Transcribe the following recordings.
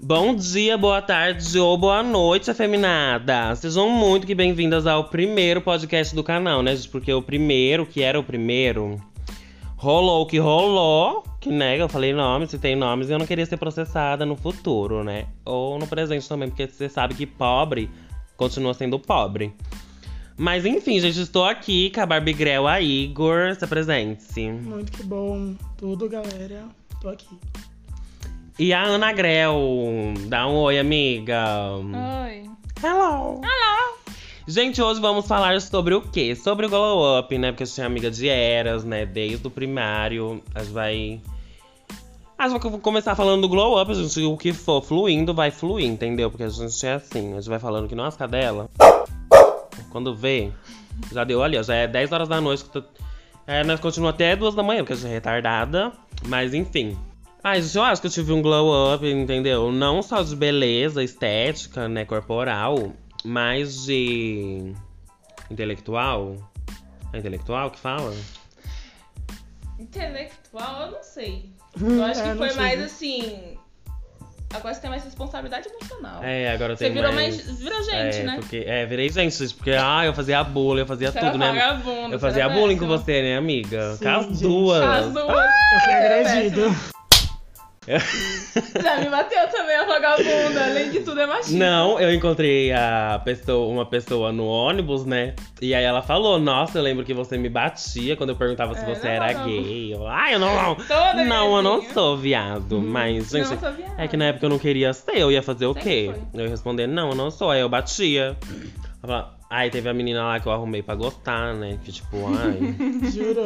Bom dia, boa tarde ou boa noite, afeminadas! Sejam muito que bem-vindas ao primeiro podcast do canal, né, gente? Porque o primeiro, que era o primeiro, rolou o que rolou, que né, eu falei nomes, se tem nomes, eu não queria ser processada no futuro, né? Ou no presente também, porque você sabe que pobre continua sendo pobre. Mas enfim, gente, estou aqui com a Barbie Grel, a Igor, se apresente. Muito que bom. Tudo, galera. Tô aqui. E a Ana Grel, dá um oi, amiga. Oi. Hello! Gente, hoje vamos falar sobre o quê? Sobre o glow up, né? Porque eu sou amiga de eras, né? Desde o primário. A gente vai. A gente vai começar falando do glow up, gente. O que for fluindo, vai fluir, entendeu? Porque a gente é assim. A gente vai falando que não as cadela. Quando vê, já deu ali, ó. Já é 10 horas da noite. Que tá... é, nós continuamos até 2 da manhã, porque a gente é retardada. Mas enfim. Ai, gente, eu acho que eu tive um glow up, entendeu? Não só de beleza, estética, né, corporal, mas de intelectual. É intelectual que fala? Intelectual, eu não sei. Eu acho É, que não foi sei. mais assim. Agora você tem mais responsabilidade emocional. É, agora Você tem virou mais. mais. Virou gente, é, né? Porque, é, virei gente, gente, porque ah, eu fazia bullying, eu fazia Você tudo, era né? vagabundo. Eu fazia você era bullying com péssimo. você, né, amiga? Sim, Com as gente. duas. As duas. Eu fui Ah, agredido. Já me bateu também a vagabunda. Além de tudo, é machista. Não, eu encontrei a pessoa, uma pessoa no ônibus, né? E aí ela falou: Nossa, eu lembro que você me batia quando eu perguntava se É, você não, era não. gay. Eu, Ai, eu não. Toda não, eu não viadinha. sou viado. Mas, gente, Uhum. não, sou viado. é que na época eu não queria ser. Eu ia fazer o Sempre quê? Eu ia responder: Não, eu não sou. Aí eu batia. Ela fala, Aí teve a menina lá que eu arrumei pra gostar, né? Que tipo, ai. Juro.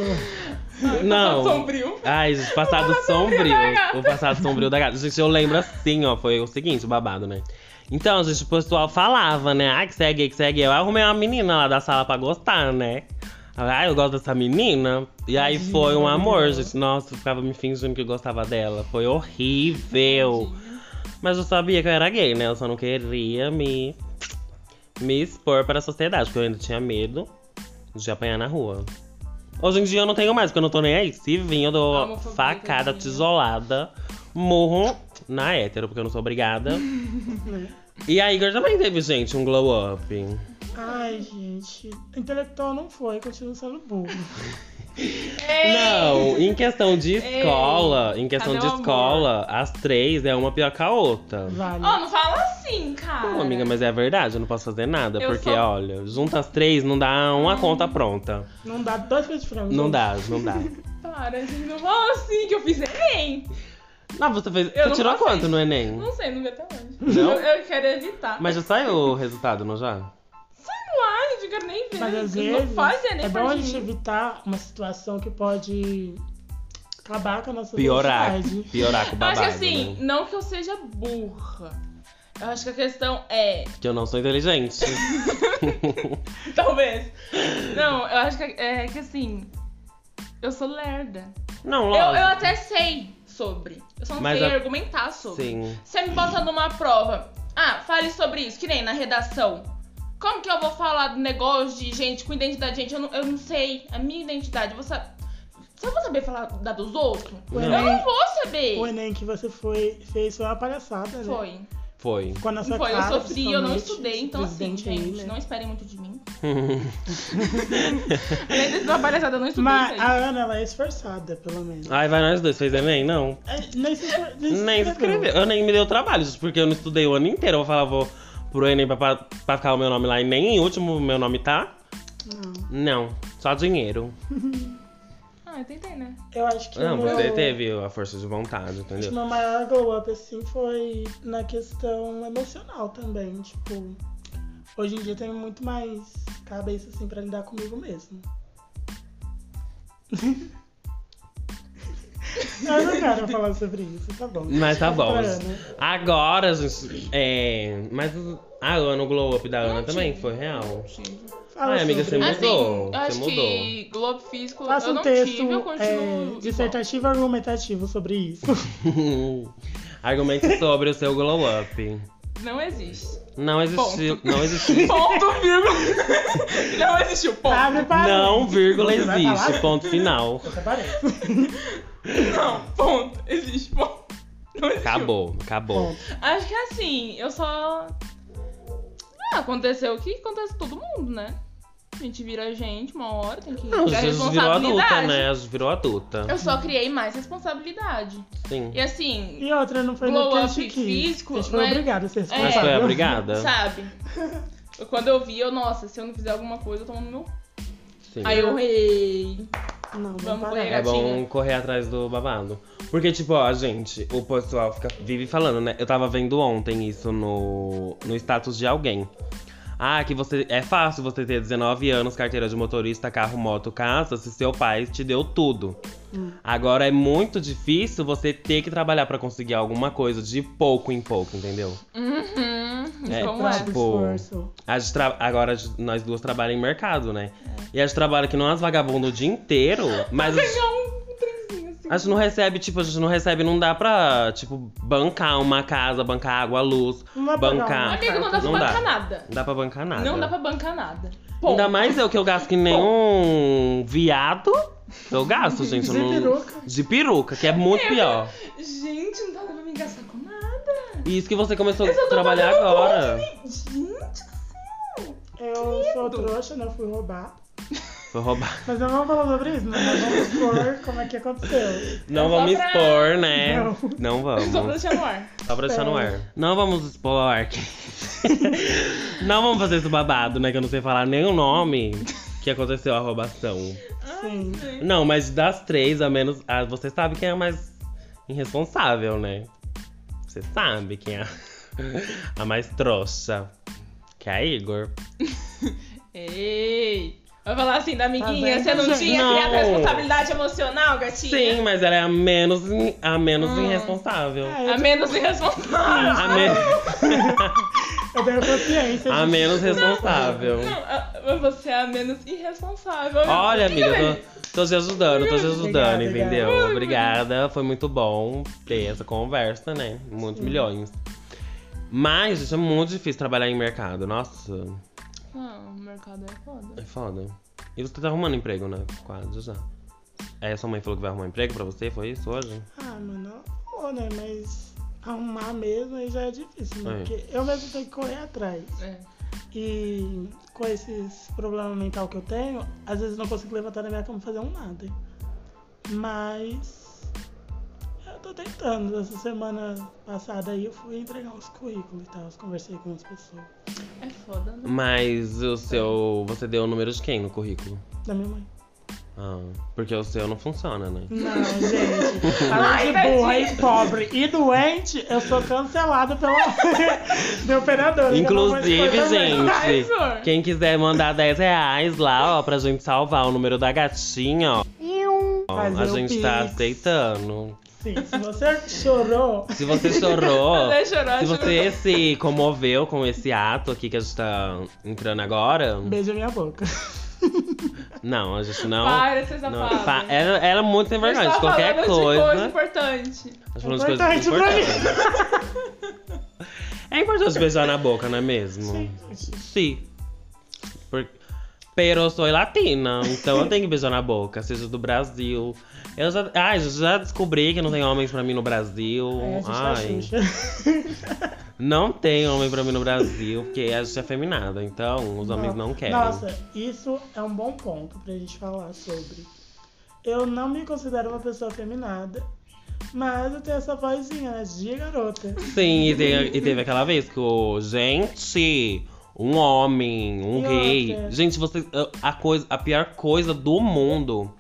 não. Sombrio. assim, Ai, gente, passado sombrio. né, O passado sombrio da gata. Gente, eu lembro assim, ó. Foi o seguinte, o babado, né? Então, gente, o pessoal falava, né? Ai, que você é gay, que você é gay. Eu arrumei uma menina lá da sala pra gostar, né? Ai, eu gosto dessa menina. E aí foi um amor, gente. Nossa, eu ficava me fingindo que eu gostava dela. Foi horrível. Mas eu sabia que eu era gay, né? Eu só não queria me, me expor para a sociedade, porque eu ainda tinha medo de apanhar na rua. Hoje em dia eu não tenho mais, porque eu não tô nem aí. Se vir, eu dou Homofobia, né? facada, tadinha. tisolada, morro na hétero, porque eu não sou obrigada. Né? e a Igor também teve, gente, um glow up. Ai, gente. Intelectual não foi, continua sendo burro. Ei, Não, em questão de escola, em questão de cadê o amor? escola, as três é uma pior que a outra. Vale. Ó, não fala assim, cara. Não, amiga, mas é verdade, eu não posso fazer nada. Eu porque, sou- olha, junta as três, não dá uma conta pronta. Não dá dois pés de frango. Não dá, não dá. Para, gente, não fala assim que eu fiz Enem. Não, você fez. Eu Você não tirou passei. quanto no Enem? Não sei, não vi até hoje. Hum. Não? Eu, eu quero evitar. Mas já saiu o resultado, não já? Sai no ar, gente, eu quero nem ver. Mas às não vezes. faz né? Enem é bom a pra gente gente. evitar uma situação que pode acabar com a nossa Piorar. sociedade. Piorar com o Eu acho babado. que assim, né? não que eu seja burra. Eu acho que a questão é. Que eu não sou inteligente. Talvez. Não, eu acho que é que assim. Eu sou lerda. Não, Eu, eu lógico. até sei sobre. Eu só não Mas sei a- argumentar sobre. Sim. Você me bota numa prova. Ah, fale sobre isso, que nem na redação. Como que eu vou falar do negócio de gente com identidade de gente? Eu não, eu não sei. A minha identidade, você. Você vai saber falar da dos outros? O Não. Eu não Enem, vou saber. o Enem que você foi, fez foi uma palhaçada, né? Foi. Foi. Com a nossa Não foi, eu cara, sofri, eu não principalmente, estudei, então esse assim, gente, presidente aí, né? não esperem muito de mim. Além desse trabalhado, eu não estudei. Mas gente. a Ana, ela é esforçada, pelo menos. Ai, vai nós dois, fez Enem? Não. É, Nem se, esfor- nem se Ah. Nem se inscreveu. Eu nem me deu trabalho, gente, porque eu não estudei o ano inteiro. Eu vou falar, vou pro Enem pra, pra, pra ficar o meu nome lá. E nem em último meu nome tá. Não. Não. Só dinheiro. Ah, eu tentei, né? Eu acho que Não, o meu... você teve a força de vontade, Acho que entendeu? meu maior glow up assim foi na questão emocional também. Tipo, hoje em dia eu tenho muito mais cabeça assim pra lidar comigo mesmo. eu não quero falar sobre isso, tá bom. Mas tá bom. Ana. Agora, gente, é. Mas a Ana, o glow up da Ana Não Ah, também tive. foi real. Tive. Fala Ai, amiga, sobre você isso. Assim, mudou, eu você acho mudou. que Globo Físico Faça Assim, eu um não texto tive, eu é, continuo. igual. dissertativo argumentativo sobre isso. Argumente sobre o seu glow up. Não existe. Não existiu. Não existiu. Ponto, vírgula. não existiu, ponto. Abre parênteses. Não, vírgula Você vai existe. falar? Ponto final. Até parece. Não, ponto. Existe, ponto. Não existiu. Acabou, acabou. Acho que é assim, eu só. Ah, aconteceu o que acontece com todo mundo, né? A gente vira gente uma hora, tem que Não, ter a Jesus virou adulta, responsabilidade. né? Jesus virou adulta. Eu só criei mais responsabilidade. Sim. E assim, E outra, não foi Glow no que a up gente quis. físico, a gente foi né? obrigado a ser É. Mas foi responsável. obrigada. sabe? Eu- Quando eu vi, eu, nossa, se eu não fizer alguma coisa, eu tomo no meu. Sim. Aí eu rei. Não, vamos, Vamos parar. correr. É bom gatinha. correr atrás do babado. Porque, tipo, ó, gente, o pessoal fica, vive falando, né? Eu tava vendo ontem isso no, no status de alguém. Ah, que você é fácil você ter 19 anos, carteira de motorista, carro, moto, casa, se seu pai te deu tudo. Hum. Agora é muito difícil você ter que trabalhar pra conseguir alguma coisa de pouco em pouco, entendeu? Uhum. É, Como Próprio é? tipo, esforço. A gente tra- Agora a gente- nós duas trabalhamos em mercado, né? E a gente trabalha que não é as vagabundas o dia inteiro, mas. a gente- Pegar um trenzinho assim. A gente não recebe, tipo, a gente não recebe, não dá pra, tipo, bancar uma casa, bancar água, luz. Não dá pra bancar. dar uma Amigo, não dá pra Não bancar dá. nada. Não dá pra bancar nada. Não dá pra bancar nada. Ponto. Ainda mais eu que eu gasto que nenhum viado. Eu gasto, gente. eu De não- peruca. De peruca, que é muito pior. Gente, não dá pra me engastar com nada. E isso que você começou Eu só a tô trabalhar pagando agora. conta, né? Gente assim. do céu. Eu sou trouxa, não fui roubar. Foi roubar. Mas não vamos falar sobre isso, né? Nós vamos expor como é que aconteceu. Não Só vamos pra- expor, né? Não. Não Só pra vamos. deixar no ar. Só pra deixar no ar. Não vamos expor o ar. não vamos fazer esse babado, né? Que eu não sei falar nem o nome que aconteceu a roubação. Sim. Não, mas das três, a menos. A, você sabe quem é a mais irresponsável, né? Você sabe quem é a- a mais trouxa. Que é a Igor. Ei. Vai falar assim da amiguinha, vendo, você não gente? tinha Não. criado responsabilidade emocional, gatinha? Sim, mas ela é a menos, in- a menos irresponsável. Hum. É, A menos irresponsável. A, me- Eu tenho consciência. a gente. menos responsável. Não, a- mas você é a menos irresponsável. Olha, Fica amiga, eu bem. tô, tô te ajudando, tô te ajudando, Obrigada, entendeu? Obrigada, foi muito bom ter essa conversa, né? Muitos milhões. Mas, gente, é muito difícil trabalhar em mercado. Nossa, Não, o mercado é foda. É foda. E você tá arrumando emprego, né? Quase já. É, sua mãe falou que vai arrumar emprego pra você, foi isso hoje? Ah, mano, amor, né? Mas arrumar mesmo aí já é difícil, né? É. Porque eu mesmo tenho que correr atrás. É. E com esses problemas mental que eu tenho, às vezes não consigo levantar da minha cama e fazer um nada. Mas eu tô tentando. Essa semana passada aí eu fui entregar uns currículos e tal. eu Conversei com umas pessoas. É foda, Hum. né? Mas o seu. Você deu o número de quem no currículo? Da minha mãe. Ah, porque o seu não funciona, né? Não, gente. Além de Ai, burra e tadinha. pobre e doente, eu sou cancelada pela minha operadora. que eu um não vou escolher Inclusive, também. Ai, gente, Flor. quem quiser mandar 10 reais lá, ó, pra gente salvar o número da gatinha, ó. Ó, Fazer a o gente tá pix. aceitando. Sim, se você chorou, Se você chorou, Até chorar, se chorar. você se comoveu com esse ato aqui que a gente tá entrando agora. beija minha boca. Não, a gente não. Para, vocês Não, safada. fa- era, era muito sem vergonha. Eu de estava Qualquer falando coisa. De coisa importante. Nós É falamos de coisas importante pra mim. importantes. É importante beijar na boca, não é mesmo? Sim. Por... Pero eu sou latina, então eu tenho que beijar na boca, seja do Brasil. Eu já, ai, eu já descobri que não tem homens pra mim no Brasil. Aí a gente tá Ai, Xuxa. não tem homem pra mim no Brasil, porque a gente é feminada, então os homens não querem. Nossa, isso é um bom ponto pra gente falar sobre. Eu não me considero uma pessoa feminada, mas eu tenho essa vozinha né, de garota. Sim, e teve, e teve aquela vez que o. Gente! Um homem, um E gay. outra? Gente, você. A, coisa, a pior coisa do mundo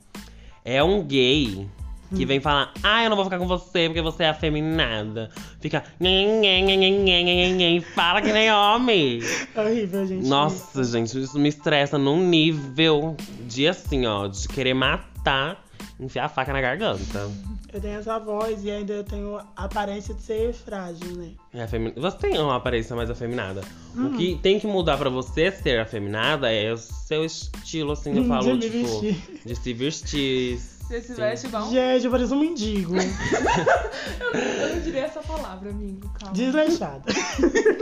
é um gay que vem falar: Ah, eu não vou ficar com você porque você é afeminada. Fica. "Nhen, nhen, nhen, nhen, nhen, nhen, nhen", Fala que nem homem. É horrível, gente. Nossa, gente, isso me estressa num nível de assim, ó, de querer matar, enfiar a faca na garganta. Eu tenho essa voz e ainda eu tenho a aparência de ser frágil, né? É afemi- Você tem uma aparência mais afeminada. Uhum. O que tem que mudar pra você ser afeminada é o seu estilo, assim, eu De falo, me tipo, vestir. de se vestir. Você Sim. se veste igual. um- Gente, eu pareço um mendigo. Eu não, eu não diria essa palavra, amigo. Calma. Desleixada.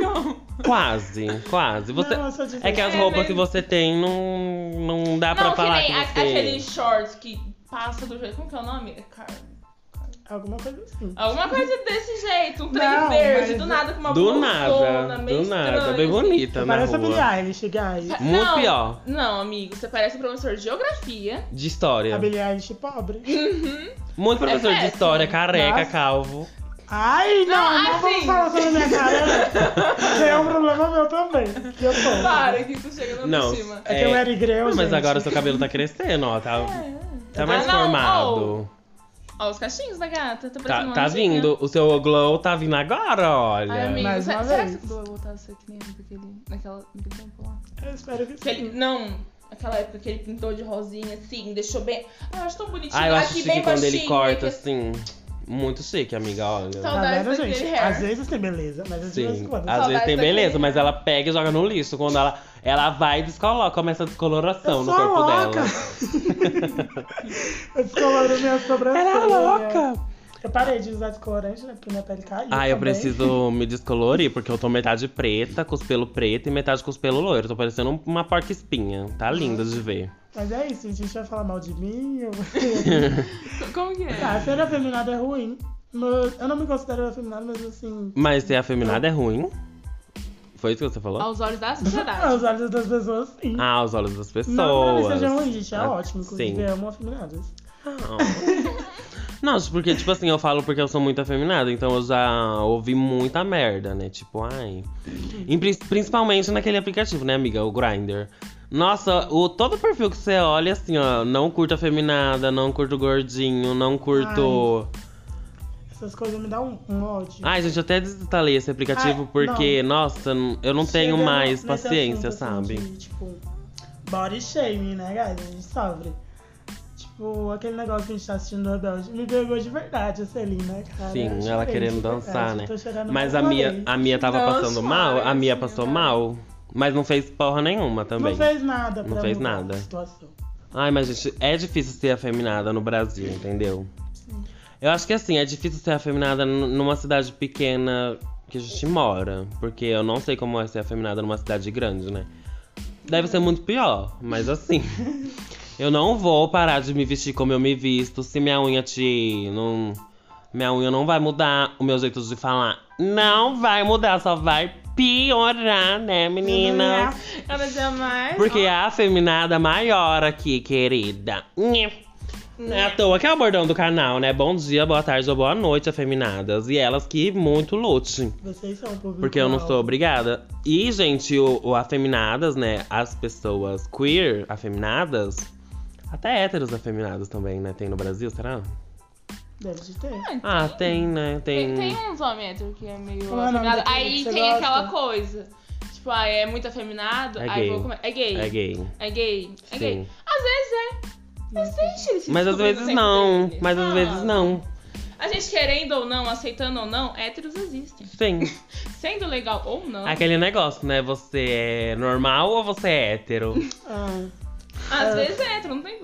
Não. Quase, quase. Você... Não, eu sou desleixada. É que as É, roupas mas- que você tem não, não dá pra não, que falar nem que a- você... aquele shorts que passa do jeito. Como que é o nome? É car... Alguma coisa assim. Alguma coisa desse jeito, um trem Não, verde, mas- do nada com uma do bolsona, nada, meio do nada. é estranha, Bem assim. bonita Tá na Parece a Billie rua. Eilish, guys. Pa- Muito não, pior. Não, amigo, você parece um professor de geografia. De A história. Billie Eilish pobre. Muito professor de péssimo. história, careca, Nossa. calvo. Ai, não, Não, não, vamos assim- falar sobre minha cara. Isso é um problema meu também. Que eu sou. Para, que isso chega na Não. cima. É que eu era Ah, igreu, Mas gente. É. agora seu cabelo tá crescendo, ó. Tá, tá Ah, mais não, Oh. formado. Ó, os cachinhos da gata, tá parecendo Tá, uma tá anjinha. vindo. O seu glow tá vindo agora, olha. Ai, amigo, Mais se- será, uma que vez. você vai voltar a ser que nem naquele, naquela, naquele tempo lá? Eu espero que Que ele- sim. não, aquela época que ele pintou de rosinha assim, deixou bem... Ah, eu acho tão bonitinho. Ah, eu acho aqui, chique bem quando baixinho, ele corta, aqui- assim. Muito chique, amiga, olha. Saudade. Tá vendo, daquele gente? hair. Às vezes tem beleza, mas às vezes Sim, Ah, quando. às vezes tem daquele- beleza, mas ela pega e joga no lixo. Quando ela, ela vai e descoloca, começa a descoloração no corpo dela. eu descoloro minha sobrancelha. Ela é louca! Eu parei de usar descolorante, né? Porque minha pele caiu. Ah, eu também. preciso me descolorir, porque eu tô metade preta, com os pelo preto e metade com os pelo loiro. Tô parecendo um- uma porca espinha. Tá linda de ver. Mas é isso, gente. A gente vai falar mal de mim. Eu... Como que é? ah, ser afeminado é ruim. mas Eu não me considero afeminado, mas assim. Mas ser afeminada é ruim? Foi isso que você falou? Aos olhos da Aos sociedade. olhos das pessoas, sim. Ah, aos olhos das pessoas. Não, não seja ruim, gente. É Ah, ótimo. Inclusive, Sim. eu amo afeminadas. Não, porque, tipo assim, eu falo porque eu sou muito afeminada, então eu já ouvi muita merda, né? Tipo, ai. E prin- principalmente naquele aplicativo, né, amiga? O Grindr. Nossa, o, todo perfil que você olha, assim, ó, não curto afeminada, não curto gordinho, não curto. Essas coisas me dão um, um ódio. Ai, gente, eu até desinstalei esse aplicativo Ai, porque, nossa, n- eu não tenho Chega mais nesse paciência, assunto, assim, sabe? de, tipo, body shaming, né, guys? A gente sofre. Tipo, aquele negócio que a gente tá assistindo no Rebelde. Me pegou de verdade a Celina, cara. é Sim, Eu ela chorei querendo de verdade, dançar, né? tô chorando Mas mais a uma minha, vez. a minha tava Não, passando suave, mal, a minha assim, passou né? mal, mas não fez porra nenhuma também. Não fez nada pra Não fez mudar nada. a situação. Ai, mas gente, é difícil ser afeminada no Brasil, entendeu? Eu acho que assim, é difícil ser afeminada n- numa cidade pequena que a gente mora. Porque eu não sei como é ser afeminada numa cidade grande, né? Deve ser muito pior, mas assim. eu não vou parar de me vestir como eu me visto. Se minha unha te. Não, minha unha não vai mudar o meu jeito de falar. Não vai mudar, só vai piorar, né, menina? Ah, Cada é dia mais. Porque a afeminada maior aqui, querida. Nhe. Não é à toa que é o bordão do canal, né? Bom dia, boa tarde ou boa noite, afeminadas. E elas que muito lute. Vocês são o público. Porque eu não sou obrigada. E, gente, o, o afeminadas, né? As pessoas queer afeminadas. Até héteros afeminados também, né? Tem no Brasil, será? Deve de ter. Ah, tem, né? Tem, Tem. tem uns homens hétero que é meio Como é o nome afeminado. daquele Aí que você tem gosta? aquela coisa. Tipo, ah, é muito afeminado, É aí gay. vou comer. É gay. É gay. É gay. É Sim. gay. Às vezes é. Mas deixa ele se Mas às descobrindo vezes sempre não. dele. Mas às Ah, vezes não. A gente querendo ou não, aceitando ou não, héteros existem. Sim. Sendo legal ou não. Aquele negócio, né? Você é normal ou você é hétero? Ah, Às vezes é hétero, não tem.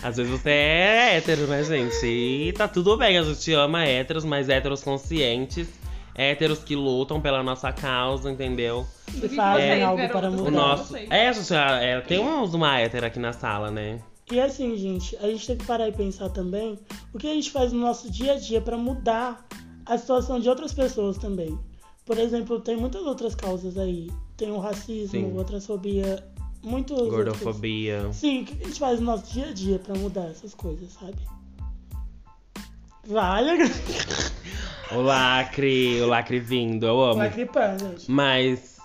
Às vezes você é hétero, né, gente? E tá tudo bem, a gente ama héteros, mas héteros conscientes, héteros que lutam pela nossa causa, entendeu? Do que fazem vocês, algo garotos, para eu O mudar. não nosso. sei. É, gente, a- é, tem uns uma hétera aqui na sala, né? e assim, gente, a gente tem que parar e pensar também o que a gente faz no nosso dia a dia pra mudar a situação de outras pessoas também. Por exemplo, tem muitas outras causas aí. Tem o racismo, Sim. outrafobia, muitos. outros. Gordofobia. Sim, o que a gente faz no nosso dia a dia pra mudar essas coisas, sabe? Vale, O lacre, o lacre vindo, eu amo. vai gripando, gente. Mas.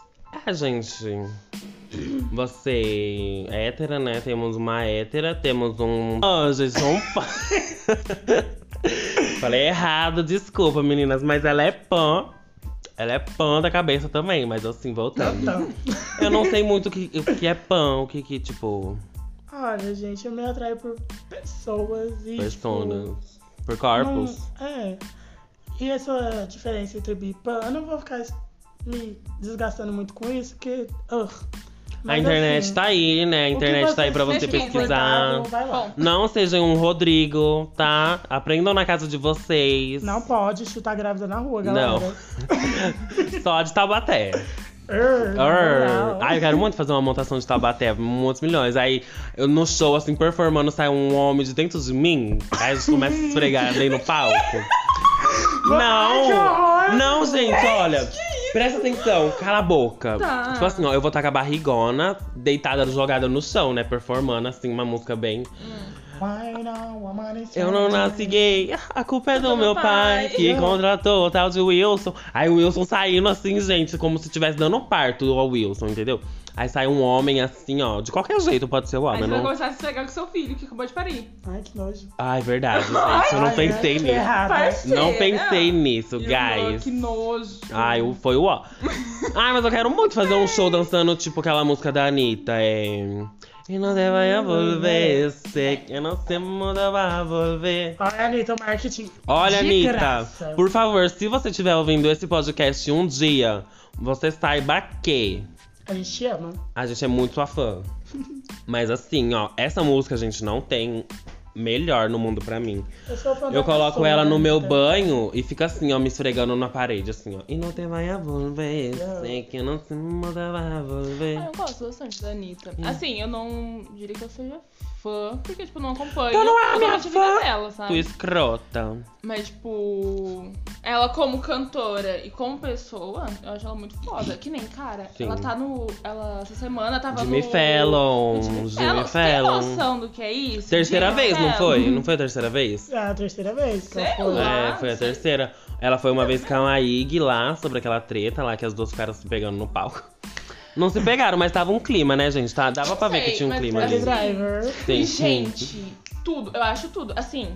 Ah, gente. Você é hétera, né? Temos uma hétera, temos um. Ah, gente, um pã. Falei errado, desculpa, meninas, mas ela é pã. Ela é pã da cabeça também, mas assim, voltando. Então, Eu não sei muito o que, o que é pã, o que que, tipo, olha, gente, eu me atraio por pessoas e. tipo, personas. Por corpos. Não, é. E essa é diferença entre bi e pan, eu não vou ficar es- me desgastando muito com isso, porque. ugh. A Mas, internet assim, tá aí, né? A o que internet tá aí pra vocês você sentem pesquisar. confortável, Vai lá. Bom, Não sejam um Rodrigo, tá? Aprendam na casa de vocês. Não pode chutar grávida na rua, galera. Não. Só de Taubaté. Err, Arr. moral. Ai, eu quero muito fazer uma montação de Tabaté, muitos milhões. Aí, eu no show, assim, performando, sai um homem de dentro de mim. Aí eles começam a esfregar ali no palco. que horror! Não! Não, gente, olha. Presta atenção, cala a boca. Tá. Tipo assim, ó, eu vou estar com a barrigona, deitada, jogada no chão, né? Performando, assim, uma música bem. Why now, I'm on this Eu não train. nasci gay, a culpa é do meu pai, pai. que contratou o tal de Wilson. Aí o Wilson saindo assim, gente, como se estivesse dando um parto ao Wilson, entendeu? Aí sai um homem assim, ó, de qualquer jeito pode ser o Aí homem, você vai não. começar a se pegar com seu filho, que acabou de parir. Ai, que nojo. Ai, verdade, gente, eu não Ai, é, pensei que nisso. errado. né? Parceiro. Não pensei nisso, E o guys. Ah. Que nojo. Ai, o- foi o ó. Ai, mas eu quero muito fazer um show dançando, tipo aquela música da Anitta, é. E não deve volver, sei que não se muda, vai volver. Olha, Anitta, o marketing. Olha, de Anitta, graça. por favor, se você estiver ouvindo esse podcast um dia, você saiba que A gente te ama. a gente é muito sua fã. Mas assim, ó, essa música, gente, não tem melhor no mundo pra mim. Eu sou fã Eu da coloco pessoa, ela no meu Anitta. banho e fica assim, ó, me esfregando na parede, assim, ó. E não te vai volver, sei que não se muda, vai Ah, volver. eu gosto bastante da Anitta. Hum. Assim, eu não diria que eu seja fã, porque, tipo, eu não acompanho Eu Então não era minha totalmente a vida fã. dela, Tu sabe? escrota. Mas, tipo, ela como cantora e como pessoa, eu acho ela muito foda. Que nem, cara, Sim. ela tá no. Ela essa semana tava Jimmy no. Fallon, no Jimmy Jimmy Fallon. Você tem Fallon. noção do que é isso? Terceira Jimmy vez, não foi? Fallon. Não foi a terceira vez? É a terceira vez que ela Sei foi. lá. É, foi a terceira. Ela foi uma vez com a Ig lá, sobre aquela treta lá, que as duas caras se pegando no palco. Não se pegaram, mas tava um clima, né, gente? Tá, dava pra ver Sei, que tinha um mas clima pra Baby ali. gente- Driver. Sim, E, sim. gente, tudo, eu acho tudo. Assim,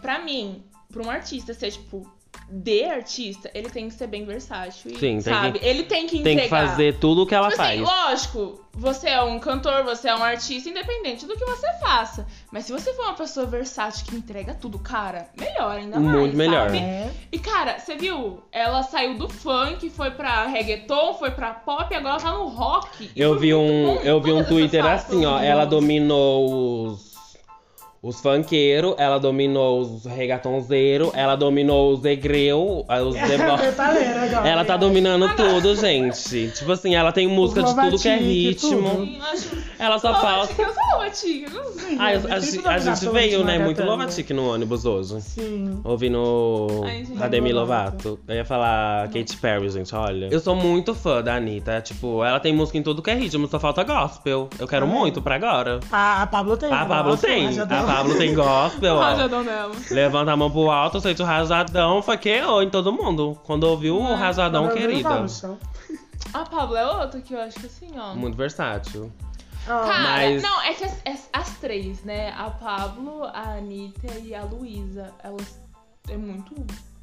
pra mim, pra um artista ser, tipo, de artista, ele tem que ser bem versátil. e, Sim, tem sabe? que- ele tem que Tem entregar. que fazer tudo o que ela Tipo assim, faz. lógico, você é um cantor, você é um artista, independente do que você faça. Mas se você for uma pessoa versátil que entrega tudo, cara, melhor ainda mais. Muito melhor. sabe? É. E cara, você viu? Ela saiu do funk, foi pra reggaeton, foi pra pop e agora ela tá no rock. Isso Eu é vi muito um, bom, eu vi um todas essas Twitter fases assim, ó. são Ela boas. dominou os. Os funkeiros, ela dominou os regatonzeiros, ela dominou os egreu, ah, os É. É debo... Metaleira agora. É Ela tá dominando tudo, gente. Tipo assim, ela tem música de tudo que é Novatique, tudo. ritmo. assim, Eu acho- Ela só falta. Eu sou novatica, não sei. Ah, eu- Sim, a, eu gente- tento a dominar gente pelo veio, menos né, uma muito gatana. Lovatic no ônibus hoje. Sim. Ouvindo Ai, gente, a Demi Lovato. Lovato. Eu ia falar Katy Perry, gente, olha. Eu sou muito fã da Anitta. Tipo, ela tem música em tudo que é ritmo, só falta gospel. Eu quero Ah, é? muito pra agora. A, a Pablo tem. né? A Pablo Nossa, tem. já A deu- Pablo tem gospel, O ó. rajadão dela. Levanta a mão pro alto, sente o rajadão, faqueou em todo mundo. Quando ouviu o Ah, rajadão, Ela veio lá querida. no chão. A Pablo é outra que eu acho que assim, ó. Muito versátil. Ah, Cara, Mas- não, é que as, as- as três, né? A Pablo, a Anitta e a Luísa, elas é muito,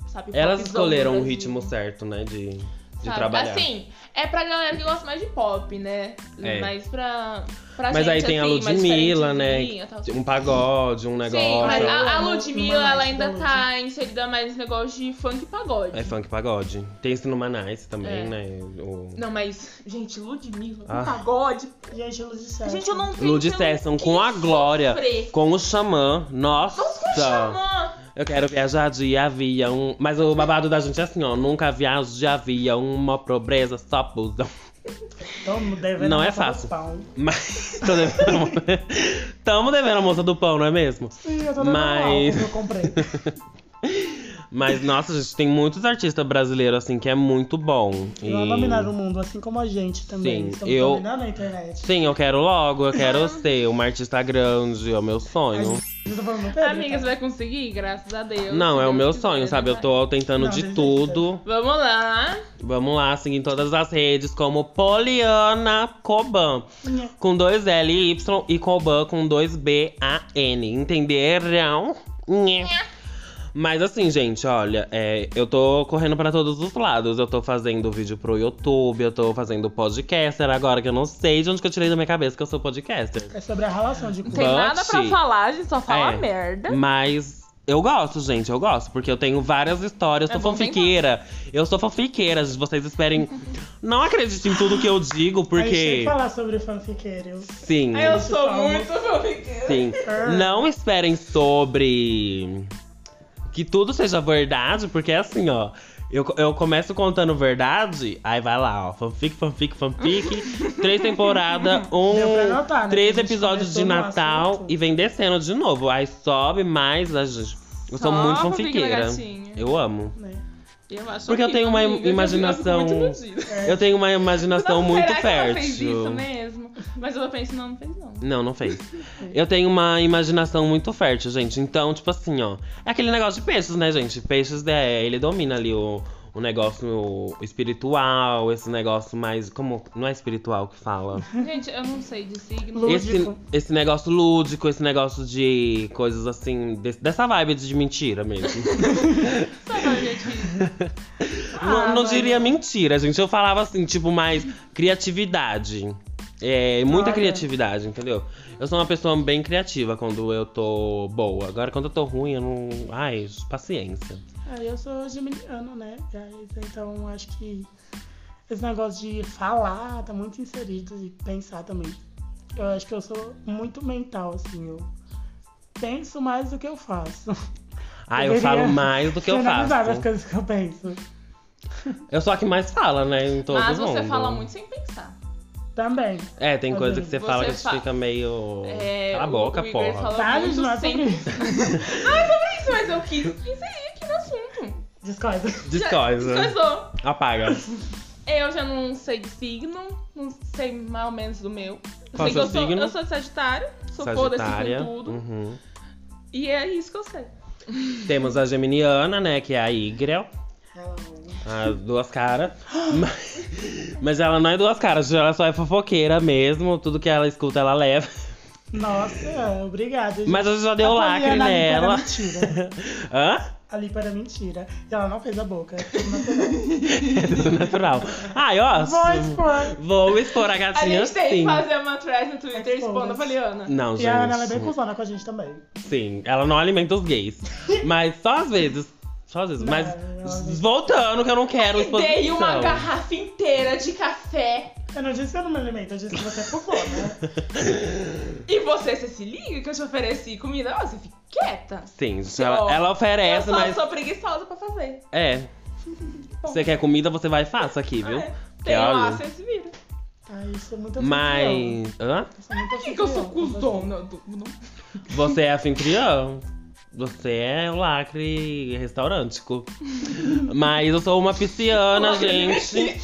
sabe, Elas popzão do escolheram o Brasil, ritmo certo, né, de, de sabe? trabalhar. Assim, é pra galera que gosta mais de pop, né? É. Mas pra, pra Mas gente, aí tem a assim, mais Ludmilla, né? diferentezinha, tal. Um pagode, um negócio. Sim, mas a, a Não, é Ludmilla, não, ela não, ainda não, tá inserida mais nesse negócio de funk e pagode. É funk pagode. Tem esse no Manais também, É. né? O... Não, mas, gente, Ludmilla, Ah. com pagode. Gente, Luz de Sérgio. Gente, eu não sei. Lud se eu não Sesson quis com a Glória, sofrer. com o Xamã. Nossa! Vamos com o Xamã. Eu quero viajar de avião. Mas o babado da gente é assim, ó. Nunca viajo de avião, uma pobreza, só busão. Tamo devendo Não é passar fácil. o pau. Mas. Tô devendo... Tamo devendo a moça do pão, não é mesmo? Sim, eu tô devendo Mas- mas... eu comprei. Mas, nossa, gente, tem muitos artistas brasileiros, assim, que é muito bom. E- Ela dominar o mundo, assim como a gente também. Sim, Estamos eu- dominando a internet. Sim, eu quero logo, eu quero ser uma artista grande, é o meu sonho. Eu tô falando muito, Amiga, você vai conseguir? Graças a Deus. Não, é o Deus meu quiser, sonho, né, sabe? Eu vai. tô tentando Não, de desiste. tudo. Vamos lá. Vamos lá, seguir em todas as redes como Poliana Coban. Nha. Com dois L e Y e Coban com dois B A N. Entenderam? Nha. Mas assim, gente, olha, é, eu tô correndo pra todos os lados. Eu tô fazendo vídeo pro YouTube, eu tô fazendo podcaster agora, que eu não sei de onde que eu tirei da minha cabeça que eu sou podcaster. É sobre a relação de cu. Não tem Bate. nada pra falar, a gente só fala É. merda. Mas eu gosto, gente, eu gosto, porque eu tenho várias histórias, eu É sou bom, tem fanfiqueira. Eu sou fanfiqueira, vocês esperem. não acreditem em tudo que eu digo, A gente tem que porque. falar sobre fanfiqueiro. Sim. Eu sou Calma. Ah. muito fanfiqueira. Sim. Não esperem sobre. que tudo seja verdade, porque é assim, ó. Eu, eu começo contando verdade, aí vai lá, ó. Fanfic, fanfic, fanfic. três temporadas, Deu pra um. notar, né, três que a gente episódios de começou no Natal assunto. e vem descendo de novo. Aí sobe mais a gente. Eu sou Só muito fanfic da fanfiqueira. gatinha. Eu amo. né? Eu acho Porque eu tenho horrível, uma amiga, eu fico- eu fico imaginação- muito iludida. É, Eu tenho uma Nossa, imaginação muito será que ela fértil. fez isso mesmo? Mas eu penso, não, não fez não. Não, não fez. Eu tenho uma imaginação muito fértil, gente. Então, tipo assim, ó. É aquele negócio de peixes, né, gente? Peixes, é, ele domina ali o, o negócio espiritual, esse negócio mais. Como. Não é espiritual que fala. Gente, eu não sei de signo. Lúdico. Esse, esse negócio lúdico, esse negócio de coisas assim. de- dessa vibe de mentira mesmo. Sabe a é gente? Ah, não não mas- diria mentira, gente. Eu falava assim, tipo, mais criatividade. É, muita Olha. criatividade, entendeu? Eu sou uma pessoa bem criativa quando eu tô boa. Agora, quando eu tô ruim, eu não. Ai, paciência. Ah, eu sou geminiano, né, guys? Então acho que esse negócio de falar tá muito inserido e pensar também. Eu acho que eu sou muito mental, assim, eu penso mais do que eu faço. Ai, Ah, eu deveria falo mais do que eu generalizar as faço. coisas que eu penso. Eu sou a que mais fala, né? Em todo Mas mundo. você fala muito sem pensar. Também. É, tem coisa que você, Você fala que fa- você fica meio. É, Cala a o- boca, o Igor porra. fala Para de muito falar sobre sem... isso. Ai, sobre isso, mas eu quis inserir aqui no assunto. Discorda. Já- Descoisa. Coisou. Apaga. Eu já não sei de signo, não sei mais ou menos do meu. Eu Qual sei que eu seu signo? sou, eu sou de Sagitário, sou foda-se Sagitária. com tudo. Uhum. E é isso que eu sei. Temos a Geminiana, né? Que é a Igrel. As Ah, duas caras. mas, mas ela não é duas caras, ela só é fofoqueira mesmo. Tudo que ela escuta, ela leva. Nossa, obrigada. gente. Mas você já deu A lacre Poliana ali nela. para mentira. né? Hã? Ali para mentira. E ela não fez a boca. É tudo natural. Ai, ó. Vou expor. Vou expor a A gatinha gente tem sim. que fazer uma thread no Twitter expondo a Expondo. Poliana. Não, E gente. a Ana ela é bem cuzona com a gente também. Sim, ela não alimenta os gays. Mas só às vezes. Só às vezes. Não, mas ela- voltando, que eu não quero E exposição. dei uma garrafa inteira de café. Eu não disse que eu não me alimento, eu disse que você é fofona. E você, você se liga que eu te ofereci comida? Ó, você fica quieta. Sim, gente, Ó, ela, ela eu oferece, só mas. sou preguiçosa pra fazer. É. Você quer comida, você vai e faça aqui, viu? Ah, é. Que Tem lá, olha. você se vira. Ai, isso é muito anfitrião. Mas. Hã? Isso é muito assim? Por que, que eu sou anfitrião. cuzona? do- do- Você é anfitrião. Você é o lacre restaurântico. Mas eu sou uma Um pisciana, gente.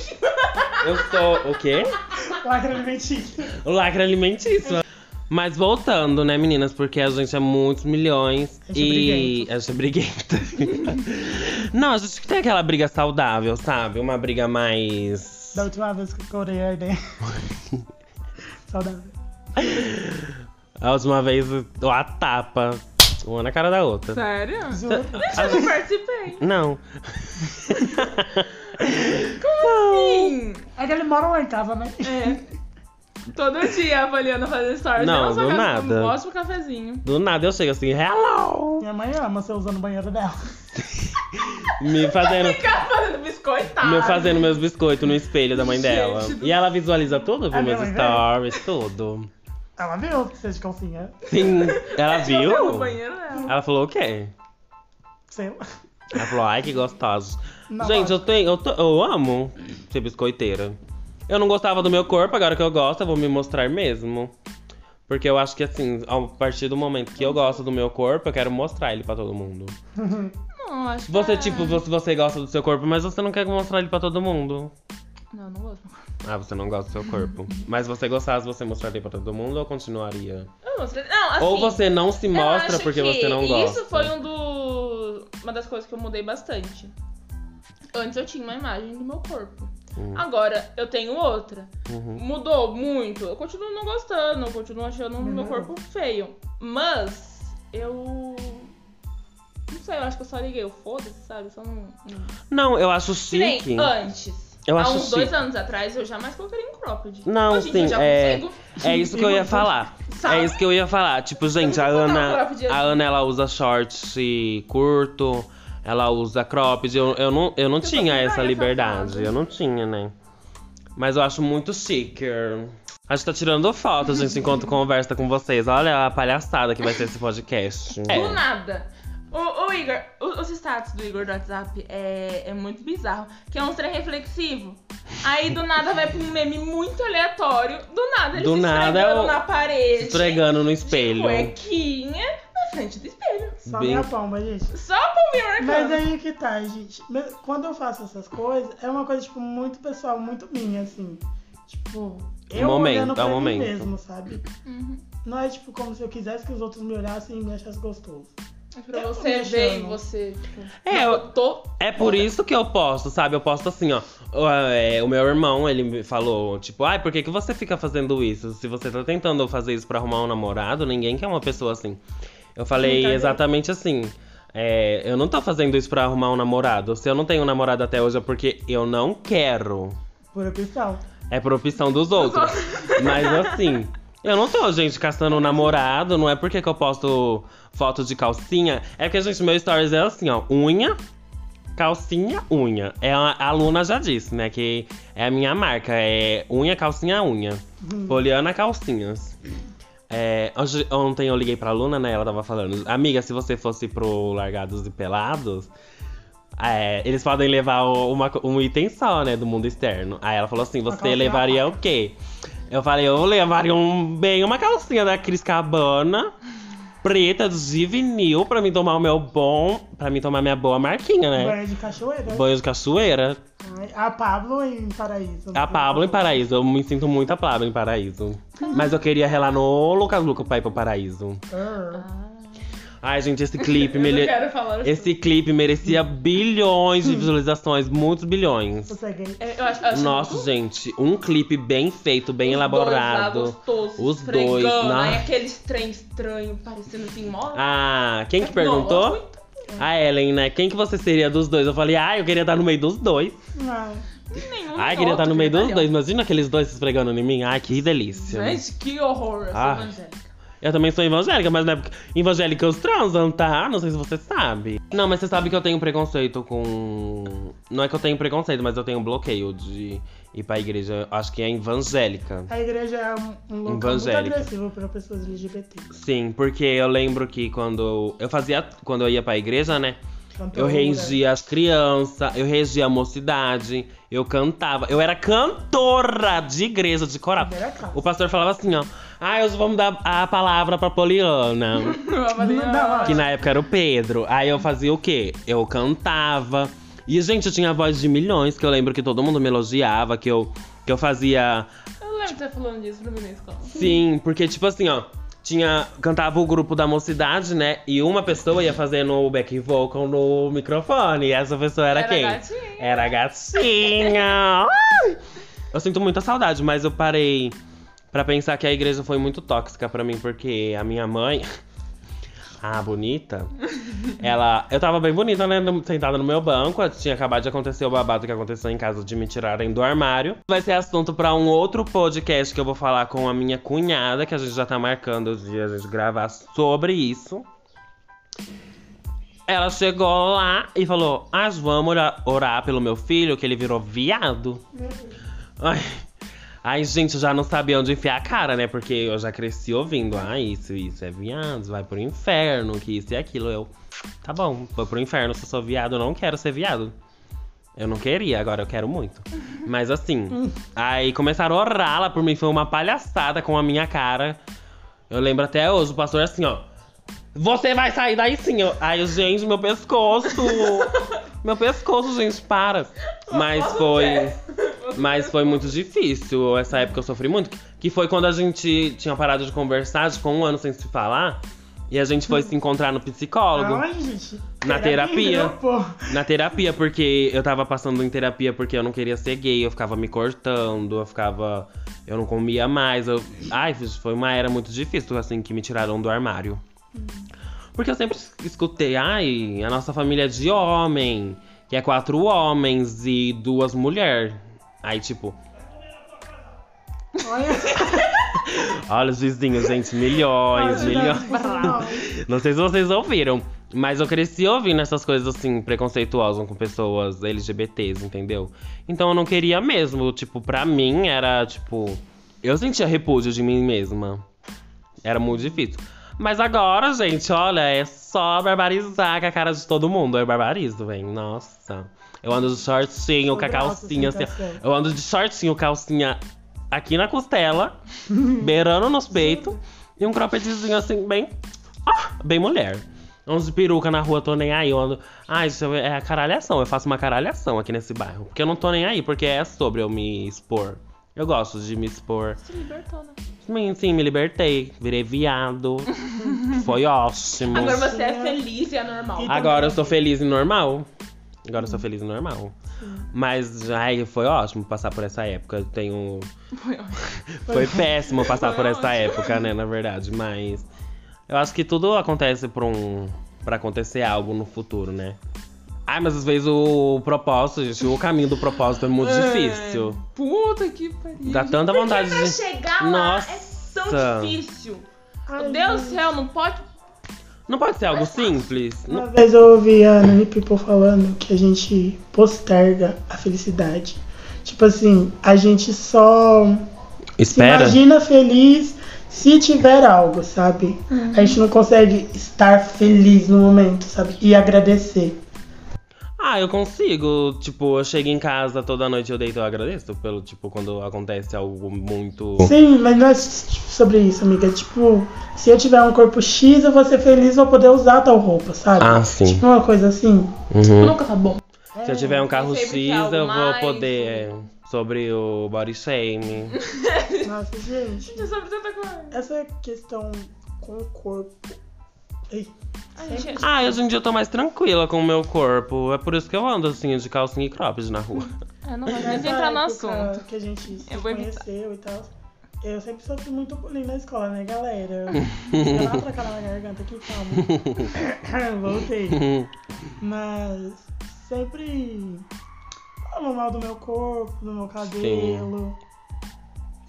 Eu sou o quê? Lacra de mentira. O lacre alimentício. Mas voltando, né, meninas? Porque a gente é muitos milhões A gente é e. A gente é briguenta. Não, a gente tem aquela briga saudável, sabe? Uma briga mais. Da última vez que eu corei né? a ideia. um Saudável. A última vez, a tapa. Uma na cara da outra. Sério? Juro. Eu não participei. Não. Sim. É que ele mora lá em casa, né? É. Todo dia a Poliana fazendo stories. Não, dela, só do que- nada. Um ótimo cafezinho. Do nada eu chego assim, hello! Minha mãe ama você usando o banheiro dela. Me fazendo. Ficar fazendo biscoitado. me fazendo meus biscoitos no espelho da mãe Gente dela. do- E ela visualiza tudo, viu? A Meus minha mãe stories, tudo. Ela viu que você de calcinha. Sim, ela viu? No banheiro dela. Ela falou o quê? Seu. Ela falou, ai que gostosos. Não, Gente, lógico. eu tenho. Eu, tô- eu amo ser biscoiteira. Eu não gostava do meu corpo, agora que eu gosto, eu vou me mostrar mesmo. Porque eu acho que assim, a partir do momento que eu gosto do meu corpo, eu quero mostrar ele pra todo mundo. Não, acho que Você, é- tipo, você, você gosta do seu corpo, mas você não quer mostrar ele pra todo mundo. Não, não gosto. Ah, você não gosta do seu corpo. Mas você gostasse, você mostraria pra todo mundo ou continuaria? Eu não sei. Não, assim. ou você não se eu mostra acho porque que você não gosta? Isso foi um do... uma das coisas que eu mudei bastante. Antes eu tinha uma imagem do meu corpo. Hum. Agora eu tenho outra. Uhum. Mudou muito. Eu continuo não gostando, eu continuo achando o meu Melhorou. corpo feio. Mas eu. Não sei, eu acho que eu só liguei o foda-se, sabe? Só não. não- Não, eu acho Que nem chique. antes. Eu Há acho uns dois chique. anos atrás eu jamais colocaria em cropped. Não, Hoje em dia sim, eu já é- consigo. É isso que eu ia falar. Sabe? É isso que eu ia falar. Tipo, gente, a Eu vou botar um Ana, cropped aqui. a Ana ela usa shorts e curto, ela usa cropped. Eu, eu não, eu não tô tinha com essa praia, liberdade. safado. Eu não tinha, né? Mas eu acho muito chique. A gente tá tirando foto, É. gente, enquanto conversa com vocês. Olha a palhaçada que vai ser esse podcast. Do É. nada. O, o Igor, o- os status do Igor do WhatsApp é, é muito bizarro, que é um trem reflexivo. Aí do nada vai pra um meme muito aleatório, do nada ele Do se nada, esfregando eu- na parede, Esfregando no de espelho. cuequinha, na frente do espelho. Só Bem- minha palma, gente. Só pro meu arcano. Mas aí que tá, gente. Mas Quando eu faço essas coisas, é uma coisa, tipo, muito pessoal, muito minha, assim. Tipo, eu Momento, olhando pra é o mim momento. mesmo, sabe? Uhum. Não é, tipo, como se eu quisesse que os outros me olhassem e me achassem gostoso. É pra Eu tô você me ver e achando. você. tipo, É, não, eu- eu tô. É por isso que eu posto, sabe? Eu posto assim, ó. O, é, o meu irmão, ele me falou, tipo, ai, por que, que você fica fazendo isso? Se você tá tentando fazer isso pra arrumar um namorado, ninguém quer uma pessoa assim. Eu falei Sim, tá bem. exatamente assim. é, eu não tô fazendo isso pra arrumar um namorado. Se eu não tenho um namorado até hoje é porque eu não quero. Por opção. É por opção dos outros. Mas assim, eu não tô, gente, caçando um namorado. Não é porque que eu posto foto de calcinha. É porque, gente, meu stories é assim, ó. Unha, calcinha, unha. É, a, a Luna já disse, né? Que é a minha marca. É unha, calcinha, unha. Poliana Calcinhas. É, hoje- ontem eu liguei pra Luna, né? Ela tava falando, amiga, se você fosse pro Largados e Pelados, é, eles podem levar o- uma co- um item só, né? Do mundo externo. Aí ela falou assim: Uma você calcinha levaria o paca." quê? Eu falei, eu levaria um bem uma calcinha da Cris Cabana, preta de vinil, pra mim tomar o meu bom. Pra mim tomar minha boa marquinha, né? Banho de cachoeira. Banho de cachoeira. Ai, A Pablo em Paraíso. A Pablo em Paraíso, eu me sinto muito a Pablo em Paraíso. Mas eu queria relar no Lucas Luco pra ir pro Paraíso. Ah. Ai, gente, esse clipe, Eu mere- não quero falar assim. esse clipe merecia bilhões de visualizações, muitos bilhões. Você é gay? É, Eu acho, eu acho Nossa, gente, um clipe bem feito, bem elaborado. Os dois, lá, gostosos, Os dois, esfregando, na- Aí aqueles trem estranho, parecendo assim, mó. Ah, quem que Não, é perguntou? muito. A Ellen, né? Quem que você seria dos dois? Eu falei, ah, eu queria estar no meio dos dois. Hum, Não. Nenhum Ai, nem queria estar outro, no meio dos queria dois. Imagina aqueles dois se esfregando em mim. Ai, que delícia. Gente, que horror essa Ah. evangélica. Eu também sou evangélica, mas não é porque evangélicos transam, tá? Não sei se você sabe. Não, mas você sabe que eu tenho preconceito com. Não é que eu tenho preconceito, mas eu tenho bloqueio de ir pra igreja. Acho que é evangélica. A igreja é um, um local muito Evangélica. agressivo pra pessoas LGBT. Sim, porque eu lembro que quando eu fazia. Quando eu ia pra igreja, né? Eu Cantora. regia as crianças, eu regia a mocidade, eu cantava. Eu era cantora de igreja, de coral. Primeira classe. O pastor falava assim, ó. Ah, hoje vamos dar a palavra pra Poliana. Eu falei, Não dá ah, mais. Que na época era o Pedro. Aí eu fazia o quê? Eu cantava. E, gente, eu tinha a voz de milhões, que eu lembro que todo mundo me elogiava, que eu, que eu fazia. Eu lembro de você falando disso pra mim na escola. Sim, porque, tipo assim, ó. Tinha, cantava o grupo da mocidade, né? E uma pessoa ia fazendo o back vocal no microfone. E essa pessoa era, Era quem? gatinha. Era gatinha. Ai! eu sinto muita saudade, mas eu parei pra pensar que a igreja foi muito tóxica pra mim, porque a minha mãe, a bonita, ela. Eu tava bem bonita, né? no- Sentada no meu banco. Tinha acabado de acontecer o babado que aconteceu em casa de me tirarem do armário. Vai ser assunto pra um outro podcast que eu vou falar com a minha cunhada, que a gente já tá marcando o dia de a gente gravar sobre isso. Ela chegou lá e falou: Ah, vamos orar, orar pelo meu filho, que ele virou viado. Ai. Ai, gente, eu já não sabia onde enfiar a cara, né? Porque eu já cresci ouvindo. Ah, isso, isso é viado, vai pro inferno, que isso e aquilo. Eu, tá bom, vou pro inferno, se eu sou viado, eu não quero ser viado. Eu não queria, agora eu quero muito. Mas assim, aí começaram a orar lá por mim, foi uma palhaçada com a minha cara. Eu lembro até hoje, o pastor assim, ó. Você vai sair daí sim. Eu, ai, gente, meu pescoço. meu pescoço, gente, para. Mas foi. um- Mas foi muito difícil. Essa época eu sofri muito. Que foi quando a gente tinha parado de conversar, de ficou um ano sem se falar. E a gente foi se encontrar no psicólogo. Aonde, gente? Na terapia. meu povo. Na terapia, porque eu tava passando em terapia porque eu não queria ser gay, eu ficava me cortando, eu ficava. Eu não comia mais. Eu... Ai, foi uma era muito difícil, assim, que me tiraram do armário. Porque eu sempre escutei, ai, a nossa família é de homem, que é quatro homens e duas mulheres. Aí, tipo, Olha. olha os vizinhos, gente, milhões, milhões. Não sei se vocês ouviram, mas eu cresci ouvindo essas coisas assim, preconceituosas com pessoas LGBTs, entendeu? Então eu não queria mesmo, tipo, pra mim era tipo. Eu sentia repúdio de mim mesma. Era muito difícil. Mas agora, gente, olha, é só barbarizar com a cara de todo mundo. Eu barbarizo, velho. Nossa. Eu ando de shortinho, com a calcinha assim. Eu ando de shortinho, calcinha aqui na costela, beirando nos peitos. E um croppedzinho assim, bem. Ah, bem mulher. Uns de peruca na rua, tô nem aí. Eu ando. Ai, isso é a caralhação. Eu faço uma caralhação aqui nesse bairro. Porque eu não tô nem aí, porque é sobre eu me expor. Eu gosto de me expor. Se libertou, né? Sim, sim, me libertei. Virei viado. Foi ótimo. Agora você é feliz e é normal. Agora eu sou feliz e normal. Agora eu sou feliz e normal. Mas ai, foi ótimo passar por essa época. Eu tenho. Foi ótimo. Foi péssimo passar Foi por essa ótimo. época, né? Na verdade, mas. Eu acho que tudo acontece pra um. para acontecer algo no futuro, né? Ai, mas às vezes o propósito, gente, o caminho do propósito é muito É, difícil. Puta que pariu. Dá tanta vontade Porque pra de- chegar lá é Nossa. tão difícil. Ai, Meu Deus do gente. céu, não pode. Não pode ser algo simples. Não- Uma vez eu ouvi a Nani People falando que a gente posterga a felicidade. Tipo assim, a gente só se Espera. imagina feliz se tiver algo, sabe? A gente não consegue estar feliz no momento, sabe? E agradecer. Ah, eu consigo. Tipo, eu chego em casa toda noite, eu deito e agradeço. Pelo, tipo, quando acontece algo muito. Sim, mas não é sobre isso, amiga. Tipo, se eu tiver um corpo X, eu vou ser feliz, vou poder usar tal roupa, sabe? Ah, sim. Tipo uma coisa assim. Uhum. Nunca tá bom. Se eu tiver um carro sempre X, quer algo eu vou mais, poder. é, Sobre o body shame. Nossa, gente. Gente, é sobre tanta coisa. Essa questão com o corpo. Ei, Ai, gente, Ah, hoje em dia eu tô mais tranquila com o meu corpo. É por isso que eu ando assim, de calcinha e cropped na rua. eu Ah, não vou mais nessa entrar no época assunto. Que a gente se Eu vou evitar. conheceu e tal. Eu sempre sofri muito bullying na escola, né, galera? Sei lá pra cá na garganta aqui, calma. Voltei. Mas sempre falam mal do meu corpo, do meu cabelo.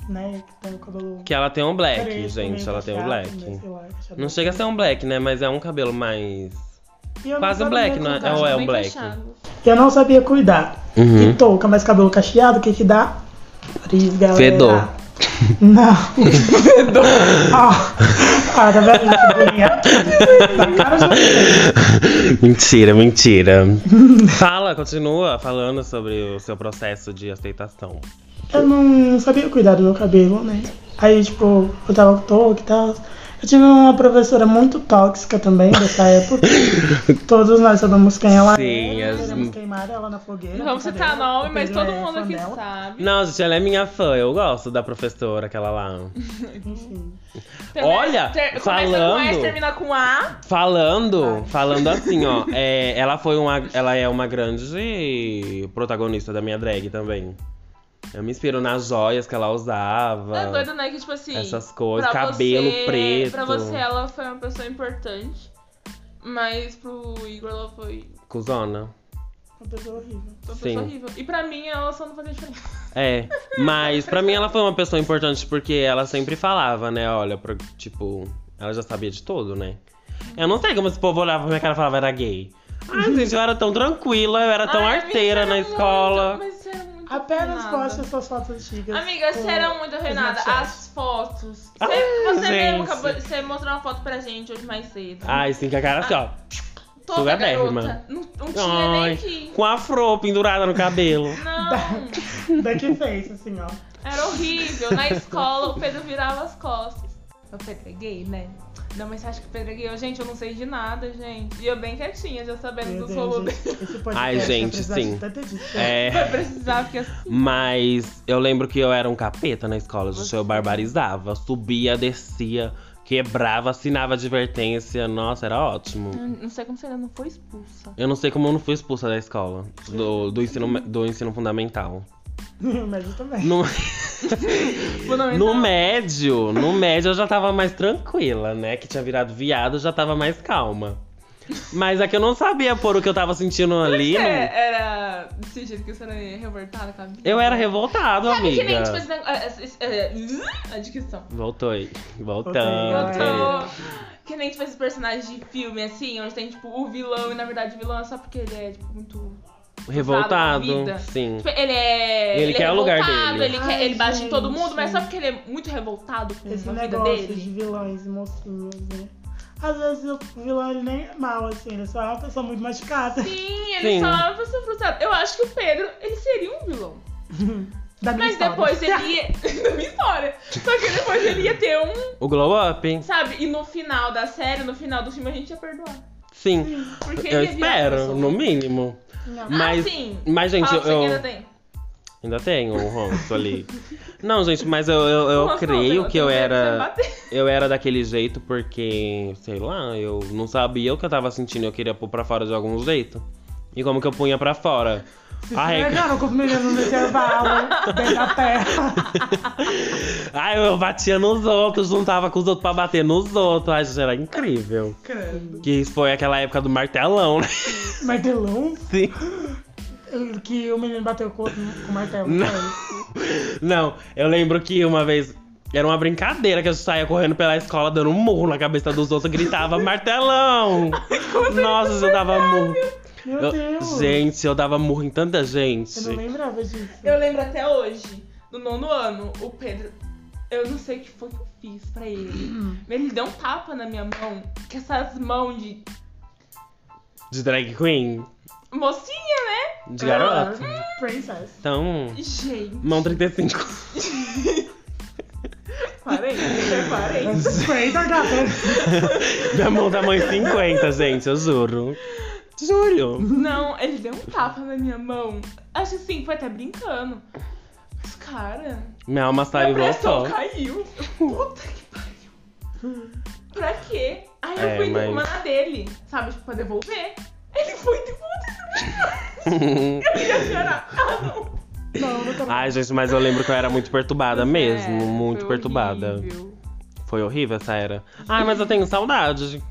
Né? Que tem o cabelo. Que ela tem um black, preto, gente. meio Ela tem um cacheado, black. né, sei lá, cacheado. Não chega a ser um black, né? Mas é um cabelo mais. E eu não quase um sabia black, não é? cuidar. Ou é um Tá, Bem black? fechado. Eu não sabia cuidar. Uhum. E touca, mas cabelo cacheado, o que que dá? Frizz, galera. Fedor. Não. Fedor. Ah, ah, tá vendo? Que bonito. Na cara já vi. Mentira, mentira. Fala, continua falando sobre o seu processo de aceitação. Eu não sabia cuidar do meu cabelo, né? Aí, tipo, eu tava com touca e tal. Eu tive uma professora muito tóxica também dessa época. Todos nós sabemos quem ela Sim, é. as- Queremos queimar ela na fogueira. Não vamos citar brincadeira, nome, o mas Pedro todo é mundo fã aqui dela. sabe. Não, gente, ela é minha fã. Eu gosto da professora, aquela lá. Enfim. Olha, Então, começa com S, falando- termina com A. Falando, falando assim, ó. é, ela foi uma, ela é uma grande protagonista da minha drag também. Eu me inspiro nas joias que ela usava. É doido, né? Que tipo assim. Essas coisas, pra cabelo você- preto. Pra você ela foi uma pessoa importante. Mas pro Igor ela foi Cusona. Uma pessoa horrível. uma Sim. pessoa horrível. E pra mim ela só não fazia diferença. É, mas pra mim ela foi uma pessoa importante porque ela sempre falava, né? Olha, pro- tipo, ela já sabia de tudo, né? Eu não sei como esse povo olhava pra minha cara e falava era gay. Ai, gente, eu era tão tranquila, eu era Tá tão Ai, amiga, arteira você na era escola. Muito, mas você era muito Apenas afinada. poste as suas fotos antigas. Amiga, você com- era muito arruinada. com Snapchat. As fotos. Você, Ah, você mesmo gente. acabou, você mostrou uma foto pra gente hoje mais cedo. Ai, sim, com a cara assim, ó. Toda sugadérrima. garota. Não, não tinha Ai, nem que. com a afro pendurada no cabelo. Não. Back face, assim, ó. Era horrível. Na escola o Pedro virava as costas. O Pedro é gay, né? Não, mas você acha que o Pedro é gay? Eu, gente, eu não sei de nada, gente. E eu bem quietinha, já sabendo Meu dos Deus, rolos. gente, esse podcast Ai, vai gente, precisar sim. de tanta edição. Vai É. precisar, porque assim. Mas eu lembro que eu era um capeta na escola, gente, eu barbarizava. Subia, descia, quebrava, assinava advertência. Nossa, era ótimo. Não sei como você ainda não foi expulsa. Eu não sei como eu não fui expulsa da escola, do, do, ensino, do ensino fundamental. Mas eu também. No, Fundamental. no médio, no médio eu já tava mais tranquila, né? Que tinha virado viado, eu já tava mais calma. Mas é que eu não sabia pôr o que eu tava sentindo ali. Você não- é, era desse jeito que você era revoltada com a vida? Eu era revoltado, Sabe amiga. que nem, tipo, esse negócio- esse- esse- é, a dicção. Voltou aí. Voltei. Voltando. Eu tô... Que nem, tipo, esses personagens de filme, assim, onde tem, tipo, o vilão e, na verdade, o vilão é só porque ele é, tipo, muito revoltado. na vida. Sim. Tipo, ele é. Ele quer o lugar revoltado, dele. Ele, quer- Ai, ele bate em todo gente. mundo, mas só porque ele é muito revoltado com Esse a vida negócio dele. de vilões e mocinhos, né? Às vezes o vilão ele nem é mal, assim, ele só é uma pessoa muito machucada. Sim, ele Sim. só é uma pessoa frustrada. Eu acho que o Pedro, ele seria um vilão. Da minha Mas história. depois ele ia. da minha história. Só que depois ele ia ter um. O glow up, hein? Sabe? E no final da série, no final do filme, a gente ia perdoar. Sim. Porque Eu ele é ia virar uma espero, pessoa. no mínimo. Não. Mas, ah, sim. mas gente, Fala eu, pra você que ainda eu tem. ainda tenho um ranço ali. Não, gente, mas eu, eu, eu Nossa, creio não, que eu você era bateu. eu era daquele jeito porque, sei lá, eu não sabia o que eu tava sentindo, eu queria pôr pra fora de algum jeito. E como que eu punha pra fora? Se Ai, esfregando com os meninos no intervalo, dentro da terra. ai, eu batia nos outros, juntava com os outros pra bater nos outros. Ai, gente, era incrível. Que isso foi aquela época do martelão, né? Martelão? Sim. Que o menino bateu com o outro com o martelo. Não. foi. Não, eu lembro que uma vez era uma brincadeira que eu saía correndo pela escola dando um murro na cabeça dos outros, gritava martelão. é Nossa, eu dava murro. Meu Eu- Deus. gente, eu dava murro em tanta Eu não gente. lembrava disso. Eu lembro até hoje, no nono ano, o Pedro. Eu não sei o que foi que eu fiz pra ele. mas Ele deu um tapa na minha mão, que essas mãos de De drag queen, mocinha, né? de garota. Ah, Princess. Então, Gente, mão 35. 40, 40. Princess da terra. Minha mão tamanho 50, gente, eu juro. Juro. Não, ele deu um tapa na minha mão. Acho assim, foi até brincando. Mas, cara, Minha alma a saiu e pressão voltou. caiu. Puta que pariu. Pra quê? Aí eu É, fui mas- mas... na dele, sabe? Tipo, pra devolver. Ele foi e devolveu. Eu queria chorar. Ah, não. Não, nunca mais. Ai, gente, mas eu lembro que eu era muito perturbada mesmo. É, muito foi perturbada. horrível. Foi horrível essa era. Ai, mas eu tenho saudade de,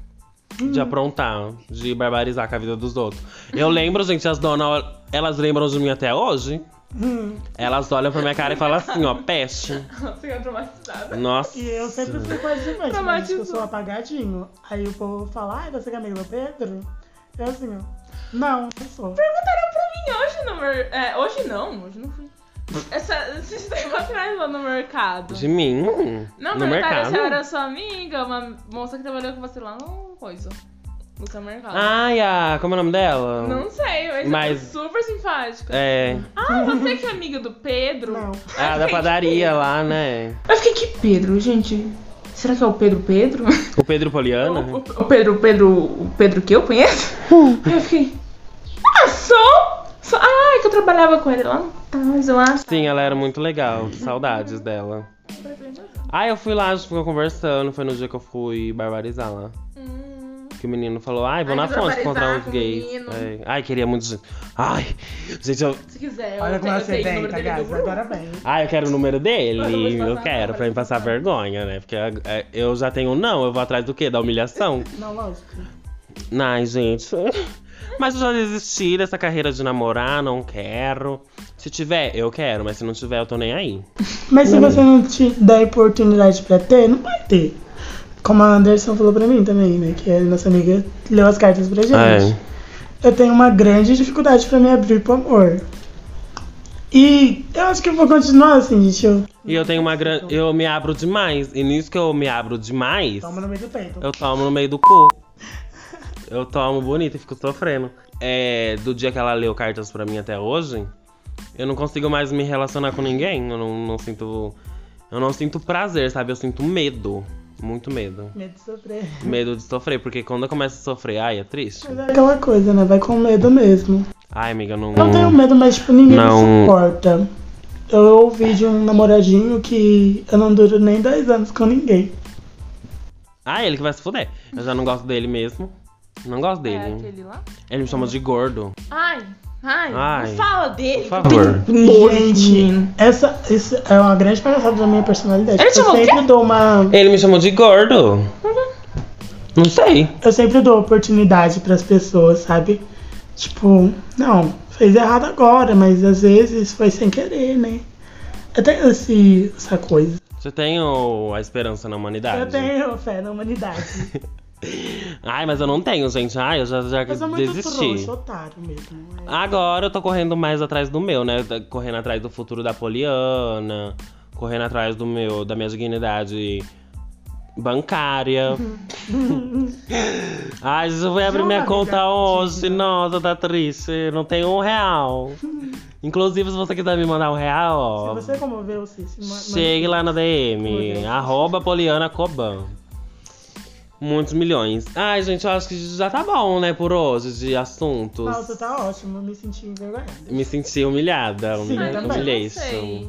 Hum. de aprontar, de barbarizar com a vida dos outros. Eu lembro, gente, as donas, elas lembram de mim até hoje. Hum. Elas olham pra minha cara e falam assim, ó, peste. Nossa, eu traumatizada. Nossa. E eu sempre fui coadjuvante, mas né? Tipo, eu Traumatizou. sou apagadinho. Aí o povo fala, ai, você que é amigo do Pedro? Eu assim, ó. Não, não sou. Perguntaram pra mim hoje no mer... é, hoje não, hoje não fui. Essa, esses tempos atrás é lá no mercado. De mim? Não, no perguntaram mercado? se eu era sua amiga, uma moça que trabalhou com você lá no coisa. No seu mercado. Ai, a... como é o nome dela? Não sei, mas, Mas- eu sou super simpática. É... Ah, você que é amiga do Pedro? Não. Ah, da padaria lá, né? Eu fiquei, que Pedro, gente? Será que é o Pedro Pedro? O Pedro Poliana? O, o Pedro, o Pedro, o Pedro que eu conheço? Hum. Aí eu fiquei, ah, sou? sou ah, é que eu trabalhava com ele lá no Taz, eu acho. Sim, ela era muito legal. que Saudades dela. Ah, eu fui lá, a gente ficou conversando. Foi no dia que eu fui barbarizar lá. Hum. Que o menino falou, ai, vou Ai, na que fonte encontrar barbarizar uns com o gays. menino. É. Ai, queria muito. gente. Ai, gente, eu. Se quiser, eu Olha como tenho- eu você tenho o vem, número tá, dele do gás? grupo. Agora vem. Ai, eu quero o número Eu não vou te dele. Eu passar, quero, não, pra me vai. passar vergonha, né? Porque é, é, eu já tenho um não, eu vou atrás do quê? Da humilhação? Não, lógico. Ai, gente. Mas eu já desisti dessa carreira de namorar, não quero. Se tiver, eu quero, mas se não tiver, eu tô nem aí. Mas se você não te der oportunidade pra ter, não vai ter. Como a Anderson falou pra mim também, né? Que a nossa amiga leu as cartas pra É. gente. Eu tenho uma grande dificuldade pra me abrir pro amor. E eu acho que eu vou continuar assim, gente. Eu E eu tenho uma grande. Eu me abro demais. E nisso que eu me abro demais. tomo no meio do peito. Eu tomo no meio do cu. Eu tomo bonito e fico sofrendo. É, do dia que ela leu cartas pra mim até hoje, eu não consigo mais me relacionar com ninguém. Eu não, não sinto. Eu não sinto prazer, sabe? Eu sinto medo. Muito medo. Medo de sofrer. Medo de sofrer, porque quando eu começo a sofrer, ai, é triste. Mas é aquela coisa, né? Vai com medo mesmo. Ai, amiga, eu não. Hum. Eu não tenho medo, mas tipo, ninguém Não. me suporta. Eu ouvi de um namoradinho que eu não duro nem 10 anos com ninguém. Ah, ele que vai se fuder. Eu já não gosto dele mesmo. Não gosto É dele. né? aquele lá? Ele me chama de gordo. Ai, ai, Ai. não fala dele. Por favor. Gente, essa, isso é uma grande palhaçada da minha personalidade. Tipo, Ele Eu chamou o sempre quê? dou uma. Ele me chamou de gordo. Não sei. Eu sempre dou oportunidade pras pessoas, sabe? Tipo, não, fez errado agora, mas às vezes foi sem querer, né? Eu tenho esse, essa coisa. Você tem o- a esperança na humanidade? Eu tenho fé na humanidade. Ai, mas eu não tenho, gente. Ai, eu já, já Mas é muito desisti. trouxa, otário mesmo. É. Agora eu tô correndo mais atrás do meu, né? Tá Correndo atrás do futuro da Poliana, correndo atrás do meu, da minha dignidade bancária. Ai, gente, eu vou abrir Joga minha conta gatinha. hoje. Nossa, tá triste. Não tenho um real. Inclusive, se você quiser me mandar um real, ó. Se você comoveu, se se ma- Chegue lá na DM. Olha. Arroba Poliana Coban. Muitos milhões. Ai, gente, eu acho que já tá bom, né, por hoje, de assuntos. Nossa, tá ótimo, eu me senti envergonhada. Me senti humilhada. Sim, humilha- eu também. humilhei não é isso. sei.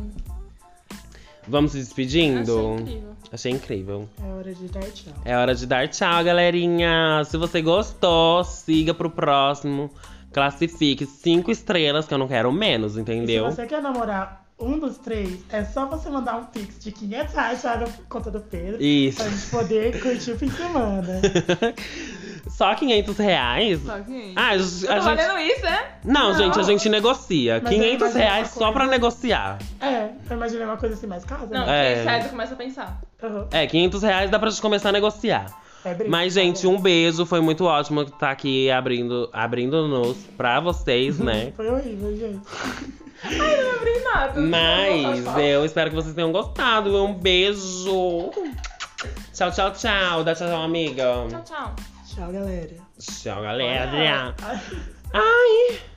Vamos se Achei despedindo? incrível. Achei incrível. É hora de dar tchau. É hora de dar tchau, galerinha. Se você gostou, siga pro próximo. Classifique cinco estrelas, que eu não quero menos, entendeu? E Se você quer namorar um dos três, é só você mandar um pix de 500 reais para a conta do Pedro. Isso. Pra gente poder curtir o fim de semana. Só 500 reais? Só que. Ah, a Tá, eu tô gente... olhando isso, né? Não, Não. gente, a gente negocia. Mas 500 eu imaginei reais uma só coisa. pra negociar. É, eu imaginei uma coisa assim mais casa, Não, né? É. é. reais eu começo a pensar. Uhum. É, 500 reais dá pra gente começar a negociar. É brinco, Mas, tá gente, bom. um beijo. Foi muito ótimo estar aqui abrindo, abrindo-nos pra vocês, né? Foi horrível, gente. Ai, não abri nada. Mas eu espero que vocês tenham gostado. Um beijo. Tchau, tchau, tchau. Dá tchau, tchau, amiga. Tchau, tchau. Tchau, galera. Tchau, galera. Ai. Ai.